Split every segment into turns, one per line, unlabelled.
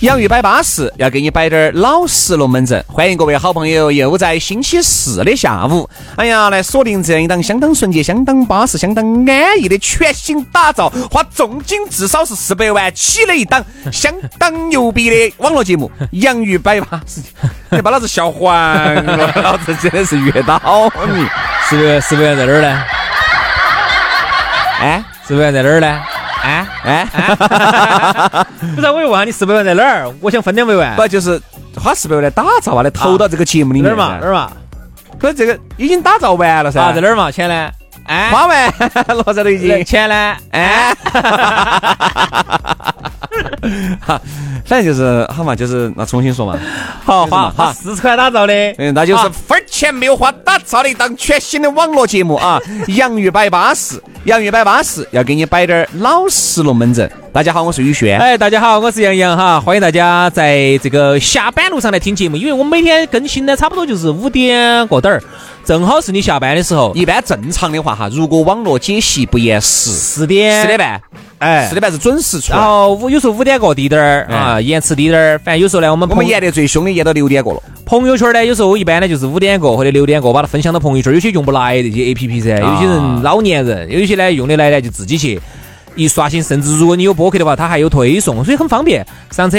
杨芋摆巴适，要给你摆点儿老实龙门阵。欢迎各位好朋友又在星期四的下午，哎呀，来锁定这样一档相当纯洁、相当巴适、相当安逸的全新打造，花重金至少是四百万起的一档相当牛逼的网络节目 《洋芋摆巴适》，你把老子笑坏了， 老子真的是越啊倒 霉。
四百万，四百万在哪儿呢？
哎
四百万在哪儿呢？
哎哎，
不然我又问下你四百万在哪儿？我想分两百万。
不就是花四百万来打造啊，来投到这个节目里
哪
面
儿嘛？
噻
哪儿嘛？
可这个已经打造完了噻，
啊，在哪儿嘛？钱呢？哎，
花完 落在都已经。
钱呢？ 哎，
哈，反正就是好嘛，就是那重新说嘛。好
花花，四十块打造的。
嗯，那就是分儿钱没有花，打造的一档全新的网络节目 啊！洋芋摆巴适，洋芋摆巴适，要给你摆点儿老实龙门阵。大家好，我是宇轩。
哎，大家好，我是杨洋哈，欢迎大家在这个下班路上来听节目，因为我们每天更新呢，差不多就是五点过点儿，正好是你下班的时候，
一般正常的话哈，如果网络解析不严实，
四点
四点，半，
哎
四点半是准时出来
然。后五有时候五点过低点儿
哎
啊，延迟低点儿，反正有时候呢，我们
我
朋
们演得最凶的，演到六点过了。
朋友圈呢，有时候我一般呢就是五点过或者六点过，把它分享到朋友圈。有些用不来这些 A P P 噻，有些
啊
人老年人，有些呢用得来呢就自己去一刷新，甚至如果你有播客的话，它还有推送，所以很方便。上车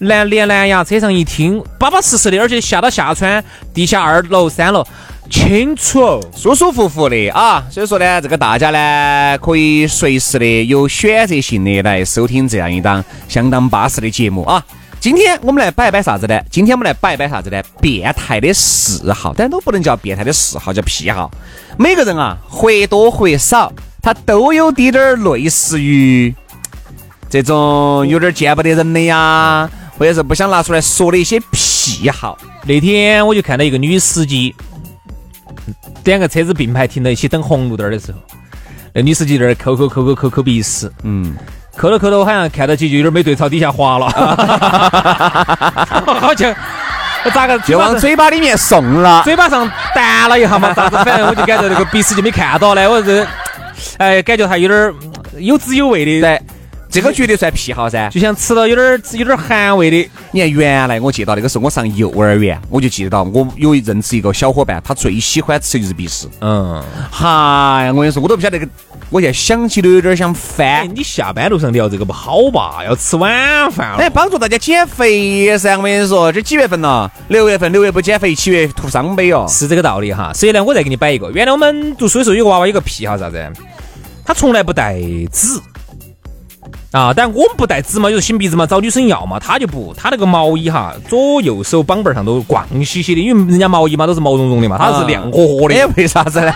蓝连蓝牙，车上一听，巴巴适适的，而且下到下川地下二楼、三楼，清楚。
舒舒服服的啊，所以说呢，这个大家呢可以随时的有选择性的来收听这样一档相当巴适的节目啊。今天我们来摆一摆啥子呢？今天我们来摆一摆啥子呢？变态的嗜好，但都不能叫变态的嗜好，叫癖好。每个人啊，或多或少，他都有滴点儿类似于这种有点见不得人的呀，或者是不想拿出来说的一些癖好。
那天我就看到一个女司机，两个车子并排停到一起等红绿灯儿的时候，那女司机在那儿抠抠抠抠抠抠鼻屎。
嗯，
抠了抠了，我好像看到起就有点没对，朝底下 滑了，好像我咋个
就往 嘴巴里面送了。
嘴巴上弹了一下嘛，咋子反正我就感觉那个鼻屎就没看到嘞，我这哎感觉还有点儿嗯有滋有味的，
对，这个绝对算癖好噻。
就像吃到有点儿有点儿韩味的，
你看原来我记到那个时候我上幼儿园，我就记得到我有一认识一个小伙伴，他最喜欢吃的就是鼻屎。
嗯，
嗨呀，我跟你说，我都不晓得那个，我现在想起都有点想
哎，
翻。
你下班路上聊这个不好吧？要吃晚饭
哎，
了，
帮助大家减肥噻！我跟你说，这几月份了？六月份，六月不减肥，七月徒伤悲哦。
是这个道理哈。所以呢，我再给你摆一个，原来我们读书的时候有个娃娃有个癖好啥子，他从来不带纸。啊，但我们不带纸嘛，就是擤鼻子嘛，找女生要嘛，他就不，他那个毛衣哈，左右手绑背儿上都光兮兮的，因为人家毛衣嘛都是毛茸茸的嘛，它是亮和和的。
啊哎，为啥子呢？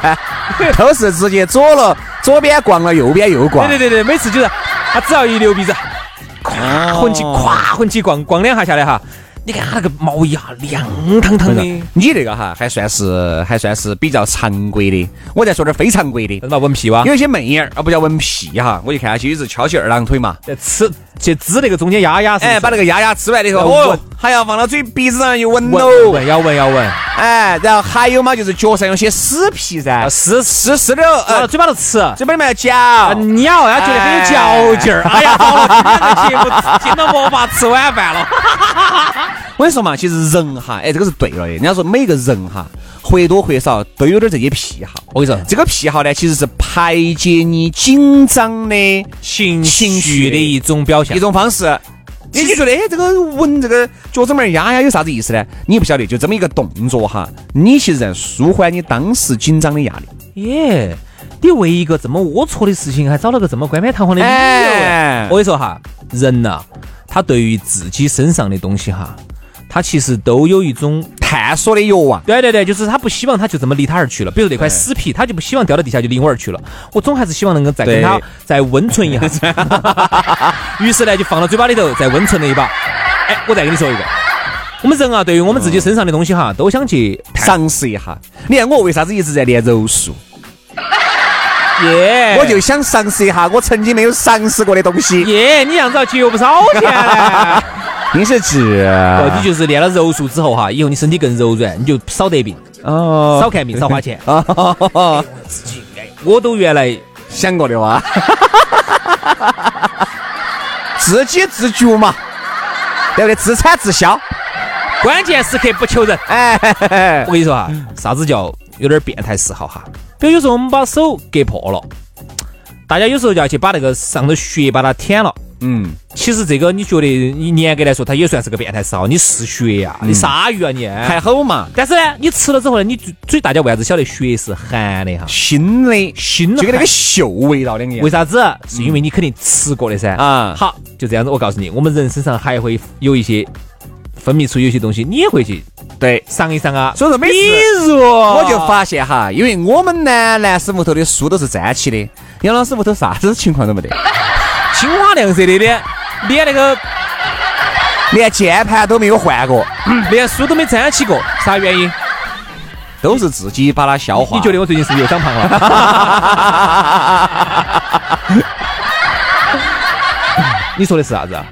都是直接左了，左边逛了，右边又逛。
对对对对，每次就是他只要一流鼻子，咵混起咵混起逛逛两下下来哈，你看他那个毛衣哈亮堂堂的，
你这个哈，还算是还算是比较常规的。我再说点非常规的。
那老文屁哇，
有一些妹儿啊，不叫文屁哈，我就看下去，有一次翘起二郎腿嘛，
在吃去滋那个中间压压是不是，
哎，把那
个
个鸭鸭吃完了以后，
要
哦
闻，
还要放到嘴鼻子上去闻
闻
喽，
闻要闻要闻，
哎，然后还有嘛，就是脚上有些屎皮噻，
是
湿湿的，
往
呃，
啊嘴巴头吃。
嘴巴里面要
啊
嚼，
鸟，他觉得很有嚼劲儿。 哎呀，好了，今天的节目听到我爸吃晚饭了。
我跟你说嘛，其实人哈，哎，这个是对了的。人家说每个人哈，或多或少都有点这些癖好。
我跟你说
这个癖好呢，其实是排解你紧张的
情
情绪
绪的一种表现
一。种方式。你就觉得，哎，这个闻这个脚趾门儿压压有啥子意思呢？你不晓得，就这么一个动作哈，你其实在舒缓你当时紧张的压力。
耶，你为一个这么龌龊的事情，还找了个这么冠冕堂皇的理由
哎
哎。我跟你说哈，人呐、他对于自己身上的东西哈，他其实都有一种。
探索的欲望，
对对对，就是他不希望他就这么离他而去了。比如说那块死皮，他就不希望掉到地下就离我而去了。我总还是希望能够再跟
对
他再温存一下。于是呢，就放到嘴巴里头再温存了一把。哎，我再跟你说一个，我们人啊，对于我们自己身上的东西哈，都想去探
尝试一下。你看我为啥子一直在练柔术？
耶，
我就想尝试一下我曾经没有尝试过的东西。
耶，你这样子要节约不少 钱嘞。
你是指
哦，你就是练了柔术之后哈，以后你身体更柔软，你就少得病，
哦
少看病，少花钱。我都原来
想过的哇？自给自足嘛，对不对？自产自 销。
关键时刻不求人。
哎，嘿嘿
我跟你说哈，啊
嗯
啥子叫有点变态嗜好哈？比如有时候我们把手割破了，大家有时候就要去把那个上头血把它舔了。
嗯，
其实这个你觉得你严格来说，它也算是个变态嗜好。你嗜血呀、你鲨鱼啊你。
嗯还吼嘛，
但是呢，你吃了之后呢，你最最大家为啥子晓得血是寒的哈？
腥的，
腥
就跟那个锈味道两个样
为。啥子？是因为你肯定吃过的噻。
啊
好，就这样子。我告诉你，我们人身上还会有一些分泌出有些东西，你也会去
对，
赏一赏啊。
所以说每次
比如我
我就发现哈，因为我们呢，男士屋头的书都是粘起的，杨老师屋头啥子情况都没得，
青花亮色的脸，连那个
连键盘都没有换过，
嗯连书都没沾起过，啥原因？
都是自己把它消化。
你觉得我最近是不是又长 胖了？你说的是啥子啊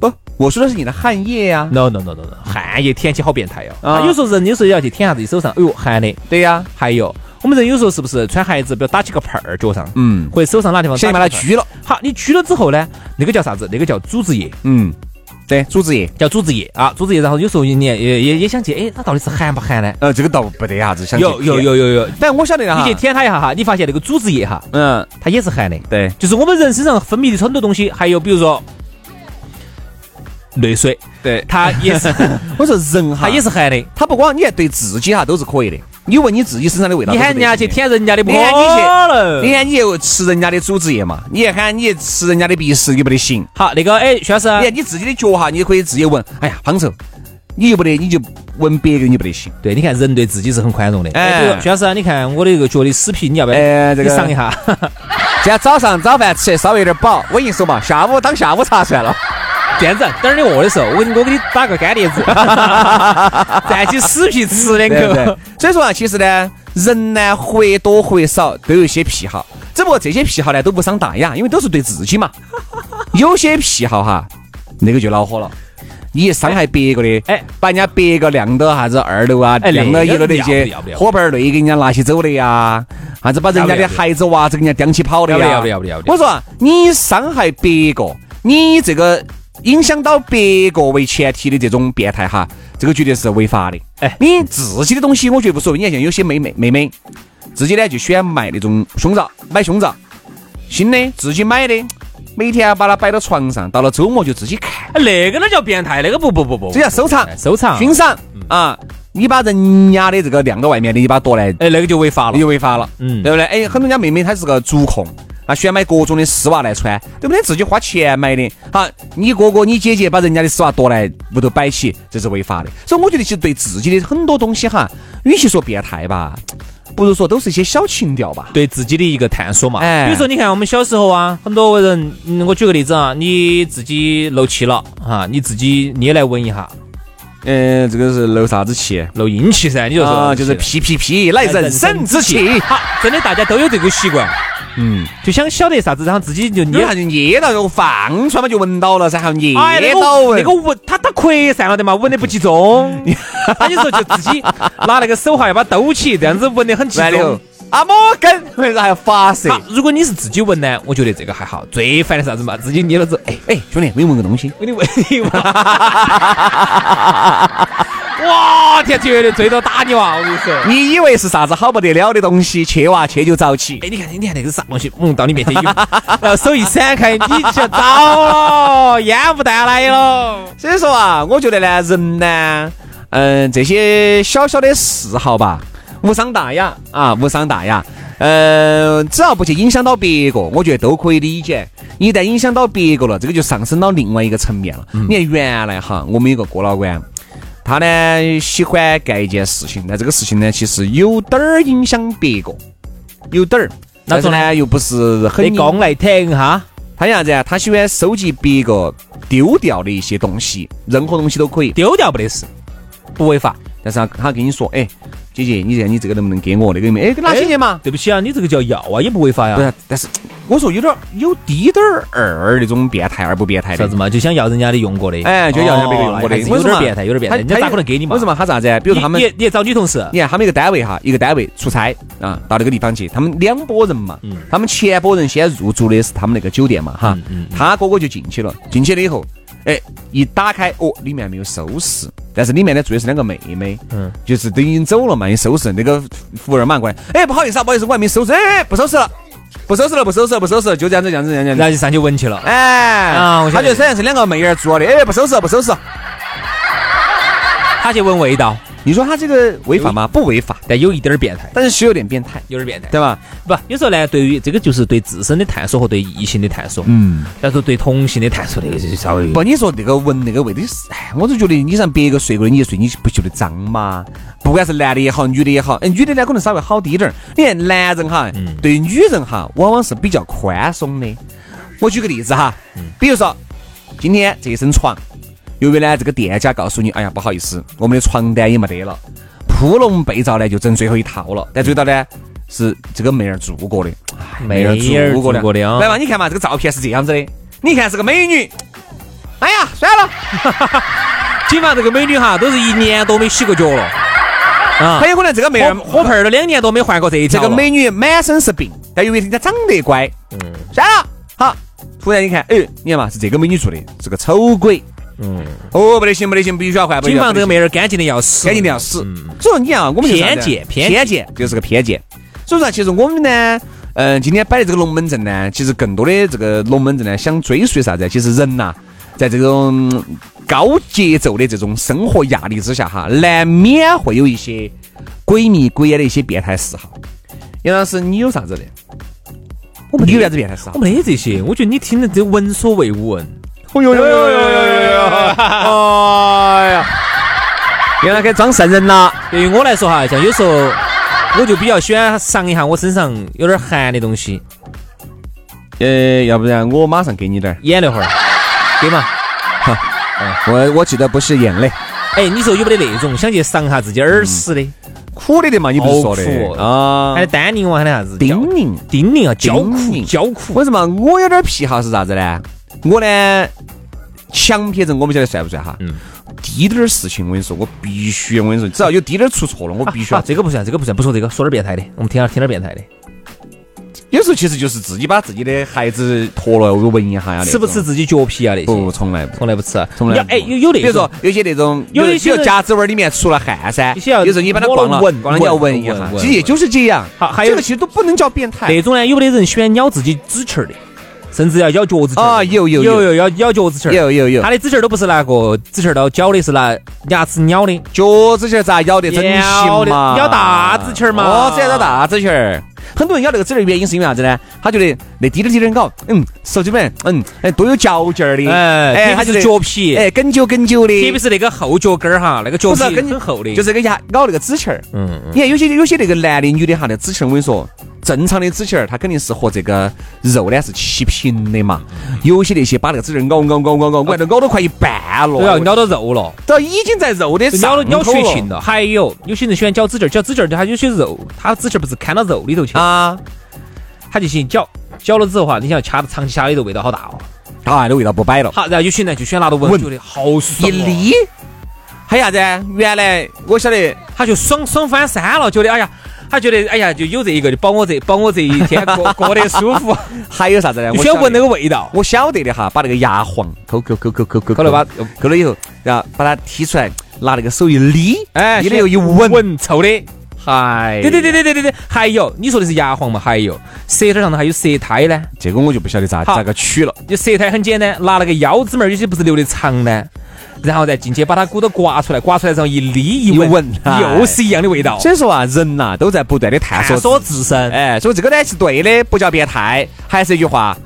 不？我说的是你的汗液呀、
？No No No No No，汗液天气好变态哟、
啊
啊！有时候人有时候要去舔下自己手上，哎呦寒的。
对呀、
还有，我们人有时候是不是穿鞋子，比如打起个泡儿脚上，
嗯
或者手上哪地方，
先把它。拘了。
好，你蛆了之后呢，那个叫啥子？那个叫组织液，
嗯，对，组织液。
叫组织液啊，组织液。然后有时候你也也也也想去，哎，它到底是寒不寒呢？
呃，这个倒不得啥子想
有
去
有
舔，
有有有，
但我晓得了
你
哈
去。舔它一下哈，你发现那个组织液哈，
嗯，
它也是寒的。
对，
就是我们人身上分泌的很多东西，还有比如说泪水，
对
它 也是
我说人哈，
它也是寒的。
他不光你还对自己哈都是可以的，你闻你自己身上的味道，
你喊人家去，舔人家的，
你喊你
了
去，你。喊你又吃人家的组织液嘛，你还喊你吃人家的鼻屎，你不得行。
好，那个哎，徐老师，
你看你自己的脚哈，你也可以自己闻，哎呀，胖臭，你又不得，你就闻别个你不得行。
对，你看人对自己是很宽容的。
哎
哎，比如说徐老师，你看我的这个脚的死皮，你要不要？
哎这个
你赏一下。
今天早上早饭吃的稍微有点饱，我跟你说嘛，下午当下午茶算了。
这样子，啊等会儿你饿的时候，我给你我给你打个干碟 子，蘸起死皮吃两
对不
口
对。？所以说啊，其实呢，人呢或多或少都有一些癖好，只不过这些癖好呢都不伤大雅，因为都是对自己嘛。有些癖好哈，那个就恼火了。你一伤害别个的，哎
哎，
把人家别个晾到啥子二楼啊，
哎
晾到一楼的那些
要不要
伙伴儿内给人家拿起走的呀，啥子把人家的
要不要
孩子娃子给人家叼起跑的呀，
要不要要不要要不要
我说啊，你伤害别个，你这个影响到别个为前提的这种变态哈，这个绝对是违法的。
哎
你自己的东西我觉得无所谓。你看像有些妹妹妹妹，自己呢就喜欢卖那种胸罩，买胸罩，新的自己买的，每天把它摆到床上，到了周末就自己看，
哎那个那叫变态，那个不不不不，
这叫收藏、
哎收藏。
欣赏啊！你把人家的这个晾到外面的，你把它夺来
哎，那个就违法了
你。就违法了，
嗯
对不对？哎，很多人家妹妹她是个足控，啊，喜欢买各种的丝袜来穿，对不对？自己花钱买的，好，你哥哥、你姐姐把人家的丝袜夺来屋头摆起，这是违法的。所以我觉得，其实对自己的很多东西哈，与其说变态吧，不如说都是一些小情调吧。
对自己的一个探索嘛。
哎
比如说，你看我们小时候啊，很多人，嗯，我举个例子啊，你自己漏气了啊，你自己你也来闻一下
嗯、这个是漏啥子气？
漏阴气噻，你就说、哎
啊，就是屁屁屁，乃人生之气。
好，真的大家都有这个习惯，
嗯，
就想晓得啥子，然后自己就
有
捏
啥。就捏到就放出来嘛，就闻到了噻，还要捏
哎，那
到
个
闻。
那个闻，它它扩散了的嘛，闻得不 集中。他有时候就自己拿那个手哈，要把它兜起，这样子闻得很集
完了以后
中。，
阿啊摩根，啊然后 还要发射。
好，如果你是自己闻呢，我觉得这个还好。最烦的是啥子嘛？自己捏了之后，哎，
哎，兄弟，没闻个东西。
给你闻一 闻。哇天，绝对最多打你哇！我跟你说，
啊你以为是啥子好不得了的东西，去哇去就遭起。
哎，你看，你看那个啥东西，嗯，到你面前 一，呃然后手一闪开，你就糟了，哦烟雾弹来了。
所以说啊，我觉得呢，人呢，嗯、这些小小的嗜好吧，无伤大雅啊，无伤大雅。嗯，只要不去影响到别个，我觉得都可以理解。一旦影响到别个了，这个就上升到另外一个层面了。你看原来哈，我们有个郭老倌，他呢喜欢干一件事情，但这个事情呢，其实有点儿影响别个，有点儿，
哪
但是
种呢
呢又不是很
你
影
讲来听哈，
他啥子啊？他喜欢收集别个丢掉的一些东西，任何东西都可以。
丢掉不得事，不违法。
但是他他跟你说，哎，姐姐，你这你这个能不能给我？那个没，哎，拿几年嘛？
对不起啊，你这个叫要啊，也不违法呀
不。是，但是我说有点儿有滴点儿二那种变态而不变态
啥
的
子。嘛，就想要人家的用过的，
哎，就要让别个用过的，
哦还是有点变态，有点变态，人家咋可能给你嘛？
为什么他啥子啊？比
比
如他们
你，也你也找女同事，
你看他们一个单位哈，一个单位出差啊，到那个地方去，他们两拨人嘛，
嗯
他们前拨人先入住的是他们那个酒店嘛哈，
嗯
他哥哥就进去了，进去了以后，哎，一打开哦，里面没有收拾，但是里面呢住的是两个妹妹，嗯，就是都已经走了嘛，一收拾那个服务员马上过来，哎，不好意思啊，不好意思，我还没收拾，哎，不收拾了，不收拾了，不收拾了，不收拾了，就这样子，这样子，这样子这样子
然，后就上去闻 去了。
哎，
啊我晓
他
得
就像是两个妹儿住的，哎，不收拾了，不收拾了，
他去闻味道，
你说他这个违法吗？不违法，
但有一点儿变态，
但是是有点变态，
有点儿变态。
对吧？
不，有时候呢，对于这个就是对自身的探索和对异性的探索，
嗯。
但是对同性的探索，那个就稍微
不，你说那个闻那个味道，哎，我就觉得你让别个睡过的你就睡，你不觉得脏吗？不管是男的也好，女的也好，哎，女的呢可能稍微好滴点儿。你看男人哈，对女人哈，往往是比较宽松的。我举个例子哈，比如说今天这一身床，由于呢这个店家告诉你，哎呀，不好意思，我们的床单也没得了，铺笼被罩呢就整最后一套了，但最后呢是这个妹儿住过的，哎
妹儿
住过
住过的啊
来嘛，你看嘛，这个照片是这样子的，你看是个美女。哎呀，算了，
啊起码这个美女哈，都是一年多没洗过脚了，啊
很，有可能这个妹儿
火火盆儿都两年多没换过这一
哎这
条了
个美女满身是病，但由于人家长得乖，嗯，算了，好，突然一看，哎，你看嘛，是这个美女做的，是个丑鬼，嗯，哦，不得行，不得行，必须要换，
谨防这个
美，
妹儿干净的要死，
赶紧的要死。所以说你看啊，我们就是啥子啊
嗯偏见偏见
偏见就是个偏见。所以说啊，其实我们呢。嗯、今天摆的这个龙门阵呢，其实更多的这个龙门阵呢，想追溯啥子啊？其实人呐、在这种嗯高节奏的这种生活压力之下哈，难免会有一些鬼迷鬼眼的一些变态嗜好。杨老师，你有啥子的？我们有啥子变态嗜好
我？没得这些，我觉得你听的这闻所未闻。
哦呦呦呦呦呦呦呦！哎呀，原来该装圣人了。
对于我来说哈，像有时候我就比较喜欢尝一下我身上有点寒的东西，
呃，要不然我马上给你点儿。
演那会儿，对嘛？
我我记得不是眼泪，
哎，你说有没得那种想去尝下自己耳屎的？
苦的的嘛，你不是说
好苦
的嗯
还
啊
有？丹宁王，还有啥子？
叮咛。
丁宁啊，焦
叮
苦
咛
焦苦。
为什么我有点癖好是啥子呢？我呢，强撇症我不晓得算不算哈。
嗯
滴点儿事情，我跟你说，我必须，我跟你说，只要有滴点儿出错了，我必须
啊
要。
这个不算，这个不算，不说这个，说点变态的，我们听点听点变态的，
有时候其实就是自己把自己的孩子脱了，我闻一下呀。
吃不吃？自己脚皮啊那
不，
些？
从来不。
从来不吃啊，
从来
要
不
哎有有那
比如
种
说有些那种，
有
的
一些
有夹子味儿里面出了汗噻，
有些要
有时候你把它
摸了
逛了，
闻
逛了你要闻一
闻
下，
闻
其实也就是这样。
好还有
这个其实都不能叫变态
那种哎呢，有没得人喜欢咬自己指甲儿的，甚至要咬脚趾头
啊！有有
有有咬咬脚趾头儿，
有有有
他，的指甲儿都不是拿个指甲儿刀绞的，是拿牙齿咬的。
脚趾甲咋咬得整
咬
齐
的
嘛？
咬大指甲儿嘛
哦，只要咬大指甲儿。很多人咬那个指甲儿原因是因为啥子呢？他觉得那滴点儿滴点儿搞，嗯，手指本，嗯，哎，多有嚼劲儿的，
哎，
他
特
就
别是
觉得，
脚皮，
哎，梗啾梗啾
特别
的，
是那个后脚跟儿哈，那个脚
不
皮
是跟
很厚的，
就是那个牙咬那个指甲儿。
嗯，嗯
你看有些有些那个男的女的哈，那指甲儿我跟你说，正常的指甲儿它肯定是和这个肉呢是齐平的嘛。有些那些把那个指甲儿咬咬咬咬咬，我都咬都快一半了，
都要啊咬到肉了，
到已经在肉的
就
上
咬
头了，
了咬血性了。还有有些人喜欢嚼指甲儿，嚼指甲儿它有些肉，它指甲儿不是砍到肉里头去，
啊，
它就行嚼。嚼了之后哈，啊你想掐的长期下来的味道好大哦。
当然的味道不摆了。
好，然后有些人就喜欢拿着闻，
闻
觉得好爽、哦哎
一，粒，还有啥子啊？原来我晓得，
他就爽爽翻山了，觉得哎呀，他觉得哎呀，就有这一个，就保我这保我这一天过过得舒 服。
还有啥子呢？
你喜欢闻那
个，
个味道，
我晓得的哈，把那个牙黄抠抠抠抠抠抠，
后来把
抠了以后，然后把它剔出来，拿那个手一捋，
哎，
捋了以后一闻，
闻臭的。
嗨，
对对对，对对对对，还有你说的是牙黄嘛？还有舌头上头还有舌苔呢，
这个我就不晓得咋
好
咋个取了。
就舌苔很简单，拿那个腰子门儿，有些不是留的长呢，然后再进去把它骨头刮出来，刮出来之后一沥一
一
闻，
闻哎
又是一样的味道。
所以说啊，人呐都在不断的探
探
索
索自身，
哎，所以这个呢是对的，不叫变态。还是一句话，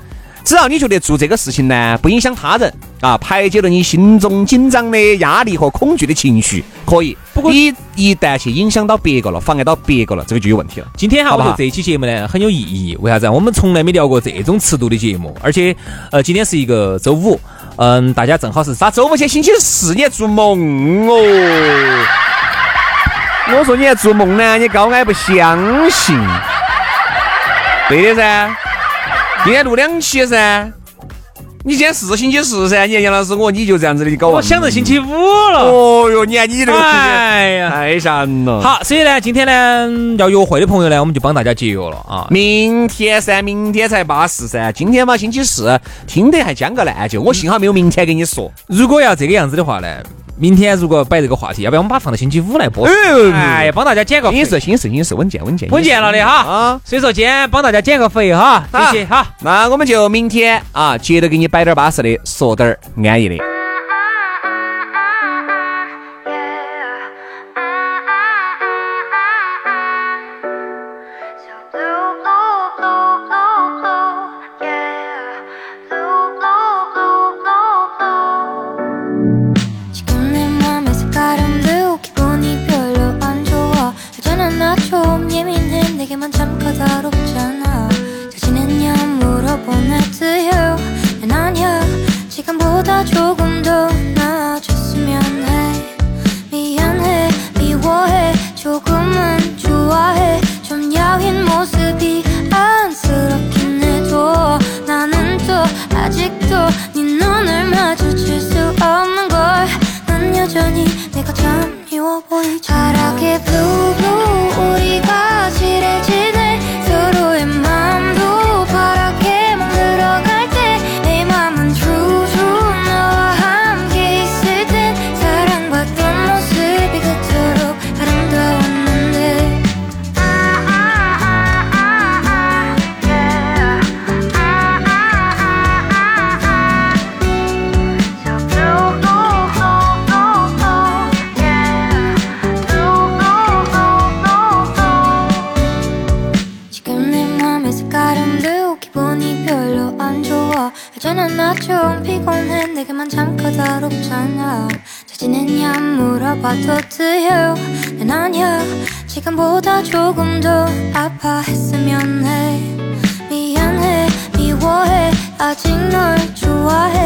只要你觉得做这个事情呢不影响他人啊，排解了你心中紧张的压力和恐惧的情绪，可以。
不过
你一旦去影响到别个了，妨碍到别个了，这个就有问题了。
今天哈，
好
我
不好
觉得这一期节目呢很有意义，为啥子啊？我们从来没聊过这种尺度的节目，而且呃，今天是一个周五，嗯，大家正好是啥
啥周五去星期四你还做梦哦？我说你还做梦呢，你高矮不相信？对的噻，今天录两期噻。你今天是星期四噻，你看杨老师我你就这样子的，你搞
我想着星期五了。
哦哟，你看你这个
哎呀，
太吓人了。，
好，所以呢，今天呢要约会的朋友呢，我们就帮大家节约了啊。
明天噻，明天才巴适噻，今天嘛星期四，听得还将个烂就，我幸好没有明天跟你说。
如果要这个样子的话呢，明天如果摆这个话题，要不然我们把它放到星期五来播。 哎呀，帮大家减个
星
肥
期，四，星期四，星期四，稳健，稳健，
稳健了的哈。
啊。
所以说今天帮大家减个肥哈，
啊
谢谢哈。
那我们就明天啊，接着给你摆点儿巴适的，说点儿安逸的。
지금 내 맘에 색다른 배우 기분이 별로 안 좋아 예전에 나좀 예민해 내게만 참 까다롭잖아 자신있냐 물어본 애들 난 아니야 지금보다 조금 더 나아졌으면 해 미안해 미워해 조금은 좋아해 좀 야윈 모습이 안쓰럽긴 해도 나는 또 아직도 네 눈을 마주칠 수 없는 걸 난 여전히 내가 참 미워 보이지 바라게 blue blue 우리가 칠해지네 서로의 맘도 바라게 만들어갈 때 내 맘은 true true 너와 함께 있을 땐 사랑받던 모습이 그토록 아름다웠는데 지금 내 맘의 색깔은 배우 기분이 별로 안 좋아 예전엔 나 좀 피곤해 내게만 참 까다롭잖아 잘 지냈냐 물어봐도 돼요 난 아니야 지금보다 조금 더 아파했으면 해 미안해 미워해 아직 널 좋아해 네 아,